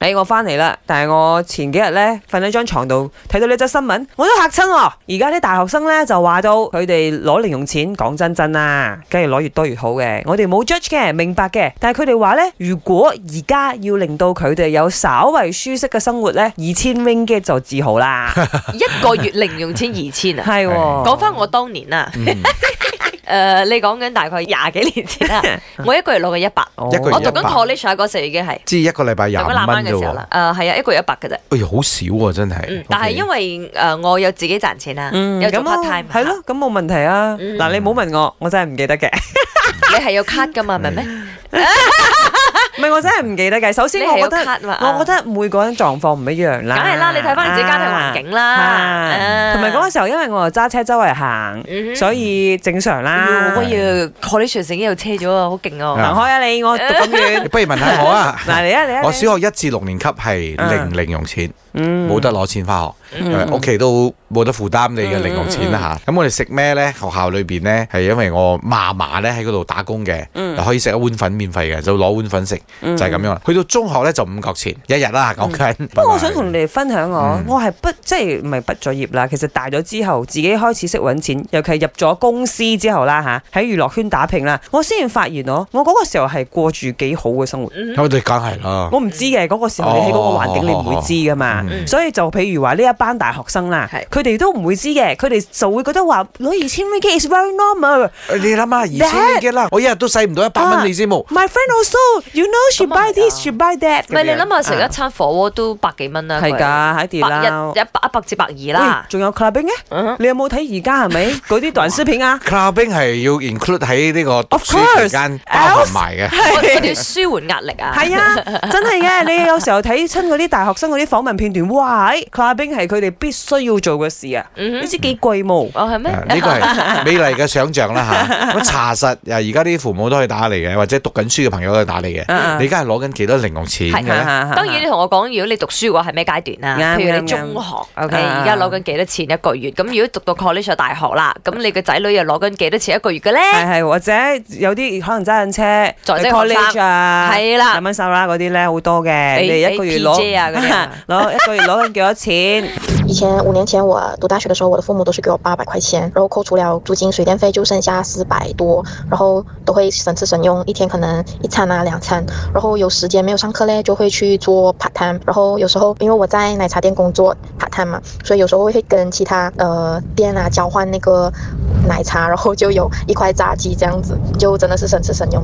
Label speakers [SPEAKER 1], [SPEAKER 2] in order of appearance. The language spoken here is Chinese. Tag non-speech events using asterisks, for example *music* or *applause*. [SPEAKER 1] 诶、我翻嚟啦，但係我前幾日咧瞓喺張床度，睇到呢則新聞，我都嚇親喎。而家啲大學生咧就話到佢哋攞零用錢，講真真啊，梗係攞越多越好嘅。我哋冇 judge 嘅，明白嘅。但係佢哋話咧，如果而家要令到佢哋有稍為舒適嘅生活咧，二千 ringgit 就至好
[SPEAKER 2] *laughs*
[SPEAKER 1] 啦。
[SPEAKER 3] 一個月零用錢二
[SPEAKER 1] *laughs*
[SPEAKER 3] 千啊！
[SPEAKER 1] 係喎、
[SPEAKER 3] 講翻我當
[SPEAKER 1] *laughs*
[SPEAKER 3] 年啊，
[SPEAKER 2] 嗯
[SPEAKER 3] 誒、你講緊大概廿幾年
[SPEAKER 1] *laughs*
[SPEAKER 3] 前啦，我一個月攞嘅一百，
[SPEAKER 1] 哦
[SPEAKER 2] 一個
[SPEAKER 3] 我
[SPEAKER 2] 月
[SPEAKER 3] 讀緊
[SPEAKER 2] 100
[SPEAKER 3] college 嗰時已經係
[SPEAKER 2] 即係一個禮拜廿
[SPEAKER 3] 咁樣
[SPEAKER 2] 五
[SPEAKER 3] 攬
[SPEAKER 2] 蚊
[SPEAKER 3] 翻
[SPEAKER 2] 啫
[SPEAKER 3] 嘅時候
[SPEAKER 2] 喎
[SPEAKER 3] 啦，，誒係啊，一個月一百嘅啫，
[SPEAKER 2] 哎呀，好少喎，真
[SPEAKER 3] 嗯
[SPEAKER 2] 係。，
[SPEAKER 3] 但係
[SPEAKER 2] OK
[SPEAKER 3] 因為誒我有自己賺錢啊，
[SPEAKER 1] 嗯，
[SPEAKER 3] 有做
[SPEAKER 1] 咁啊
[SPEAKER 3] part time，
[SPEAKER 1] 係，咯，咁冇問題啊。
[SPEAKER 3] 嗯
[SPEAKER 1] 嗱、你唔好問我，我真係唔記得嘅。
[SPEAKER 3] 你係有 cut 噶
[SPEAKER 1] 嗯
[SPEAKER 3] 嘛，明咩？
[SPEAKER 1] 唔係，我真係唔記得嘅。首
[SPEAKER 3] 你
[SPEAKER 1] 先，我
[SPEAKER 3] 係有
[SPEAKER 1] 覺得。
[SPEAKER 3] cut 嘛？啊
[SPEAKER 1] 我覺得每個人狀況唔一樣啦，
[SPEAKER 3] 梗係啦，你睇翻你自己家庭環境啦，
[SPEAKER 1] 啊
[SPEAKER 3] 啊
[SPEAKER 1] 同埋嗰個時候，因為我又揸車周圍行，
[SPEAKER 3] 嗯哼
[SPEAKER 1] 所以啊正常啦。
[SPEAKER 3] 哎呀，college 已經有車咗啊，好勁啊！
[SPEAKER 1] 行開啊你，我讀咁遠，
[SPEAKER 2] 你不如問下我
[SPEAKER 3] *laughs*
[SPEAKER 2] 啊。
[SPEAKER 1] 嗱嚟啊嚟啊！
[SPEAKER 2] *laughs* 我
[SPEAKER 1] 小
[SPEAKER 2] 小學一至六年級係
[SPEAKER 3] 嗯
[SPEAKER 2] 零零用錢，冇
[SPEAKER 1] 冇
[SPEAKER 2] 得攞錢翻學。
[SPEAKER 1] 嗯
[SPEAKER 2] 誒屋企都冇得負擔你嘅零用
[SPEAKER 3] 嗯
[SPEAKER 2] 錢啦嚇。咁我哋食咩咧？學校裏邊咧係因為我嫲嫲咧喺嗰度打工嘅，
[SPEAKER 3] 嗯
[SPEAKER 2] 就可以食一碗粉免費嘅，就攞碗粉食，就係咁樣啦。去到中學咧就五角錢一日啦，
[SPEAKER 3] 嗯
[SPEAKER 2] 講緊。
[SPEAKER 1] 不過我
[SPEAKER 2] 拜拜
[SPEAKER 1] 想同你哋分享我
[SPEAKER 2] 嗯，
[SPEAKER 1] 我係畢即係唔係畢咗業啦，其實大咗之後自己開始識揾錢，尤其係入咗公司之後啦吓，喺娛樂圈打拼啦，我先發現哦我我嗰個時候係過住幾好嘅生活。
[SPEAKER 2] 我哋梗係啦。
[SPEAKER 1] 我唔知嘅，嗰、個時候
[SPEAKER 2] 哦
[SPEAKER 1] 你喺嗰個環境你唔會知噶嘛，
[SPEAKER 2] 嗯
[SPEAKER 1] 所以就譬如話呢一班大學生啦，
[SPEAKER 3] 係
[SPEAKER 1] 佢哋都唔會知嘅，佢哋就會覺得話攞二千 ringgit is very normal。
[SPEAKER 2] 你諗下，二千幾啦，我一日都使唔到一百
[SPEAKER 1] 啊
[SPEAKER 2] 蚊你先冇。
[SPEAKER 1] My friend also, you know she
[SPEAKER 3] 咁啊
[SPEAKER 1] buy this, she buy that 咁
[SPEAKER 3] 唔
[SPEAKER 1] 樣。啊
[SPEAKER 3] 係你諗下食一餐火鍋都百幾蚊啦，
[SPEAKER 1] 係
[SPEAKER 3] 佢
[SPEAKER 1] 㗎，喺電
[SPEAKER 3] 百一
[SPEAKER 1] 啦。
[SPEAKER 3] 一百一百至百二
[SPEAKER 1] 喂
[SPEAKER 3] 啦，。
[SPEAKER 1] 仲有 clubbing 啊
[SPEAKER 3] 嗯
[SPEAKER 1] 嘅，你有冇睇而家係咪嗰啲短視頻
[SPEAKER 2] *laughs*
[SPEAKER 1] 啊？
[SPEAKER 2] Clubbing 係要 include 喺呢個讀
[SPEAKER 1] Of
[SPEAKER 2] 書期
[SPEAKER 1] course，
[SPEAKER 2] 間包含埋
[SPEAKER 1] *laughs*
[SPEAKER 2] 嘅。
[SPEAKER 3] 我佢哋舒緩壓力啊，
[SPEAKER 1] 係啊，真係
[SPEAKER 3] *laughs*
[SPEAKER 1] 嘅。你有時候睇親嗰啲大學生嗰啲訪問片段，哇！clubbing 哎係佢哋必須要做嘅事啊，
[SPEAKER 3] 嗯哼
[SPEAKER 1] 你知幾貴冇？
[SPEAKER 3] 哦係
[SPEAKER 2] 啊
[SPEAKER 3] 咩？
[SPEAKER 2] 呢個係美麗嘅想像啦
[SPEAKER 1] *laughs*
[SPEAKER 2] 嚇。咁查實啊，而家啲父母都可以打你嘅，或者讀緊書嘅朋友都可以打你嘅。
[SPEAKER 1] 啊啊
[SPEAKER 2] 你而家係攞緊幾多零用錢嘅咧？
[SPEAKER 3] 當然你同我講，如果你讀書嘅話係咩階段啊？
[SPEAKER 1] 啱
[SPEAKER 3] 譬如
[SPEAKER 1] 啱
[SPEAKER 3] 你中學，OK，
[SPEAKER 1] 啊
[SPEAKER 3] 而家攞緊幾多錢一個月？咁如果讀到 college 大學啦，咁你個仔女又攞緊幾多錢一個月嘅
[SPEAKER 1] 係
[SPEAKER 3] 咧？
[SPEAKER 1] 係，或者有啲可能揸緊車，
[SPEAKER 3] 在職
[SPEAKER 1] 去
[SPEAKER 3] 學生
[SPEAKER 1] college 啊，
[SPEAKER 3] 係啦
[SPEAKER 1] 兩蚊手啦嗰啲咧好多嘅，
[SPEAKER 3] 俾
[SPEAKER 1] 你一個月
[SPEAKER 3] 俾 PJ 啊嗰啲
[SPEAKER 1] 攞
[SPEAKER 3] 啊
[SPEAKER 1] *laughs* 攞一個月攞緊幾多錢？
[SPEAKER 4] 以前五年前我读大学的时候，我的父母都是给我八百块钱，然后扣除了租金、水电费，就剩下四百多，然后都会省吃省用，一天可能一餐啊两餐，然后有时间没有上课嘞，就会去做 part time，然后有时候因为我在奶茶店工作 part time 嘛，所以有时候会跟其他呃店啊交换那个奶茶，然后就有一块炸鸡这样子，就真的是省吃省用。